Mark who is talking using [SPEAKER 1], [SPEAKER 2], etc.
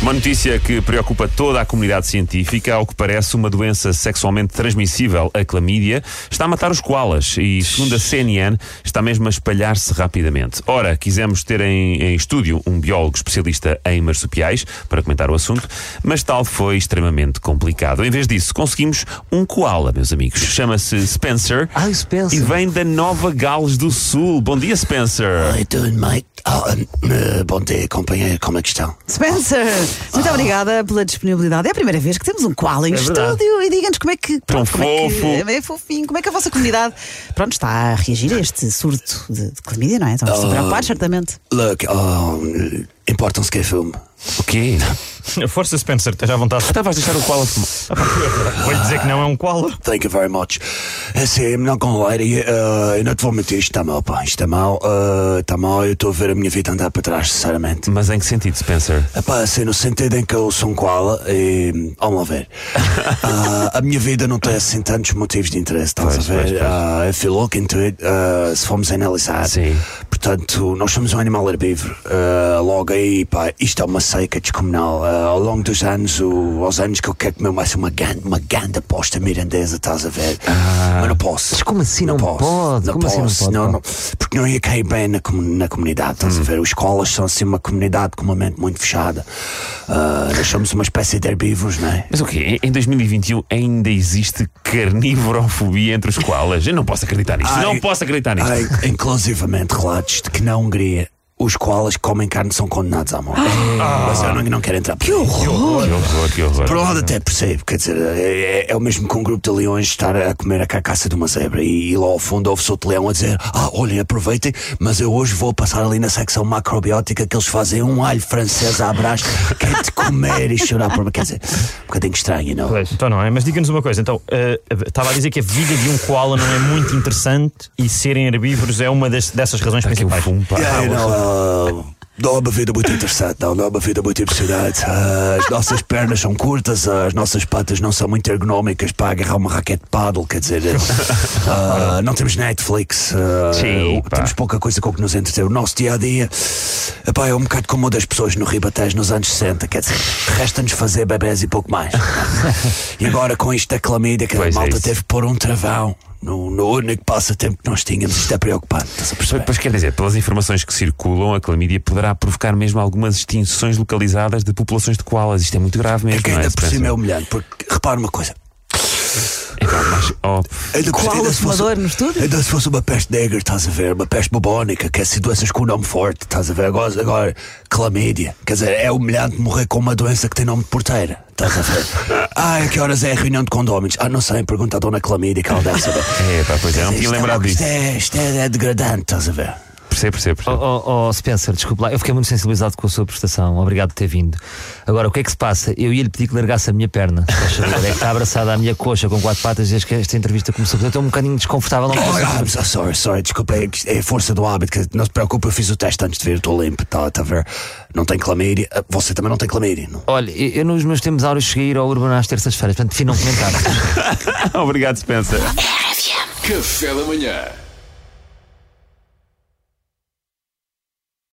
[SPEAKER 1] Uma notícia que preocupa toda a comunidade científica, ao que parece uma doença sexualmente transmissível, a clamídia, está a matar os koalas e, segundo a CNN, está mesmo a espalhar-se rapidamente. Ora, quisemos ter em, em estúdio um biólogo especialista em marsupiais para comentar o assunto, mas tal foi extremamente complicado. Em vez disso, conseguimos um koala, meus amigos. Chama-se Spencer
[SPEAKER 2] Ah, o Spencer.
[SPEAKER 1] e vem da Nova Gales do Sul. Bom dia, Spencer.
[SPEAKER 2] How you doing, mate? Ah, ah, bom dia, companheiro, como é que estão?
[SPEAKER 3] Spencer, muito obrigada pela disponibilidade. É a primeira vez que temos um koala em
[SPEAKER 1] É verdade.
[SPEAKER 3] estúdio e diga-nos como é que.
[SPEAKER 1] Tão
[SPEAKER 3] pronto, como é que-
[SPEAKER 1] fofo.
[SPEAKER 3] É bem fofinho. Como é que a vossa comunidade pronto, está a reagir a este surto de, de clamídia, não é? Estão
[SPEAKER 1] Ah.
[SPEAKER 3] super preocupados, certamente.
[SPEAKER 2] Look, oh, importam-se que é filme.
[SPEAKER 1] O quê?
[SPEAKER 4] Força, Spencer, esteja à vontade.
[SPEAKER 1] Estavas a deixar o koala fumar.
[SPEAKER 4] Vou-lhe dizer que não é um koala.
[SPEAKER 2] Thank you very much. Assim, não com leira, ah, eu não te vou mentir, isto está mal, pá, isto está mal, ah, está mal, eu estou a ver a minha vida andar para trás, sinceramente.
[SPEAKER 1] Mas em que sentido, Spencer?
[SPEAKER 2] Epá, assim, no sentido em que eu sou um koala e. Vamos lá ver. Ah, a minha vida não tem assim tantos motivos de interesse, estás
[SPEAKER 1] Pois,
[SPEAKER 2] a ver?
[SPEAKER 1] pois, pois.
[SPEAKER 2] Ah, if you look into it, ah, se formos analisar.
[SPEAKER 1] Sim.
[SPEAKER 2] Portanto, nós somos um animal herbívoro. Ah, logo aí, pá, isto é uma seca descomunal. Ah, ao longo dos anos, o- aos anos que eu quero comer mais uma grande, uma grande aposta mirandesa, estás a ver? Mas não posso.
[SPEAKER 1] Ah. Mas como assim não pode?
[SPEAKER 2] Não
[SPEAKER 1] Como assim
[SPEAKER 2] posso.
[SPEAKER 1] não pode,
[SPEAKER 2] não,
[SPEAKER 1] pá? Hum.
[SPEAKER 2] não- porque não ia cair bem na, comu- na comunidade, estás a ver? Os escolas são assim uma comunidade com uma mente muito fechada. Ah, nós somos uma espécie de herbívoros, não é?
[SPEAKER 1] Mas o quê? Em 2021 ainda existe carnivorofobia entre os koalas? Eu não posso acreditar nisto.
[SPEAKER 2] Ai,
[SPEAKER 1] não posso acreditar nisto.
[SPEAKER 2] ai, inclusivamente relatos de que na Hungria os koalas que comem carne são condenados à morte. Mas eu não, não quero entrar por Que
[SPEAKER 1] Ah. Que horror, que horror.
[SPEAKER 2] Por um lado até percebo, quer dizer, é, é- é o mesmo que um grupo de leões estar a comer a carcaça de uma zebra e, e lá ao fundo ouve-se outro leão a dizer Ah, olhem, aproveitem, mas eu hoje vou passar ali na secção macrobiótica que eles fazem um alho francês à brás que é de comer e chorar por... Quer dizer, um bocadinho estranho, não?
[SPEAKER 4] Então não é, mas diga-nos uma coisa. Então, eh, estava a dizer que a vida de um koala não é muito interessante e serem herbívoros é uma das- dessas razões
[SPEAKER 1] Aqui o
[SPEAKER 4] principais.
[SPEAKER 1] fumo, pá.
[SPEAKER 2] Yeah, you know, uh, não é uma vida muito interessante, não, não é uma vida muito impressionante. Uh, as nossas pernas são curtas, uh, as nossas patas não são muito ergonómicas para agarrar uma raquete de paddle, quer dizer, uh, não temos Netflix, uh,
[SPEAKER 1] Sim, pá.
[SPEAKER 2] temos pouca coisa com que nos entreter. O nosso dia a dia é um bocado como o das pessoas no Ribatejo nos anos 60, quer dizer, resta-nos fazer bebés e pouco mais. e agora com isto da clamídia, que a
[SPEAKER 1] Pois é
[SPEAKER 2] malta
[SPEAKER 1] isso.
[SPEAKER 2] teve que pôr um travão. No, no único passatempo que nós tínhamos, isto é preocupante, estás a perceber?
[SPEAKER 1] Pois quer dizer, pelas informações que circulam, a clamídia poderá provocar mesmo algumas extinções localizadas de populações de koalas. Isto é muito grave mesmo,
[SPEAKER 2] É que
[SPEAKER 1] não é?
[SPEAKER 2] ainda por
[SPEAKER 1] Spencer?
[SPEAKER 2] cima é humilhante, porque repara uma coisa.
[SPEAKER 1] É pá, mas, oh,
[SPEAKER 2] Ainda por-
[SPEAKER 3] Koala
[SPEAKER 2] ainda se fosse-
[SPEAKER 3] fumador no estúdio?
[SPEAKER 2] Ainda se fosse uma peste negra, estás a ver? Uma peste bubónica, que é assim, doenças com nome forte, estás a ver? Agora, agora clamídia. Quer dizer, é humilhante morrer com uma doença que tem nome de porteira. Estás a ver? ah, a que horas é a reunião de condóminos? Ah, não sei, pergunta à dona Clamídia, que ela deve saber.
[SPEAKER 1] é pá, pois é, não tinha
[SPEAKER 2] Isto é
[SPEAKER 1] lembrado
[SPEAKER 2] uma-
[SPEAKER 1] disso.
[SPEAKER 2] Isto é, isto é, é degradante, estás a ver?
[SPEAKER 1] Percebo, percebo. percebo.
[SPEAKER 5] Oh, oh, oh, Spencer, desculpe lá, eu fiquei muito sensibilizado com a sua prestação. Obrigado por ter vindo. Agora, o que é que se passa? Eu ia lhe pedir que largasse a minha perna. se faz favor. É que está abraçada à minha coxa com quatro patas desde que esta entrevista começou. Portanto, estou um bocadinho desconfortável. Não
[SPEAKER 2] Oh,
[SPEAKER 5] posso.
[SPEAKER 2] I'm so sorry, sorry, desculpa, é, que é a força do hábito. Que não se preocupe, eu fiz o teste antes de vir, eu estou limpo, está tá a ver? Não tem clamídia. Ah, Você também não tem clamídia, não?
[SPEAKER 5] Olha, eu eu nos meus tempos áureos cheguei a ir ao Urban às um
[SPEAKER 2] Oh.
[SPEAKER 5] terças-feiras. Portanto, prefiro não comentar.
[SPEAKER 1] Obrigado, Spencer.
[SPEAKER 6] Café da manhã.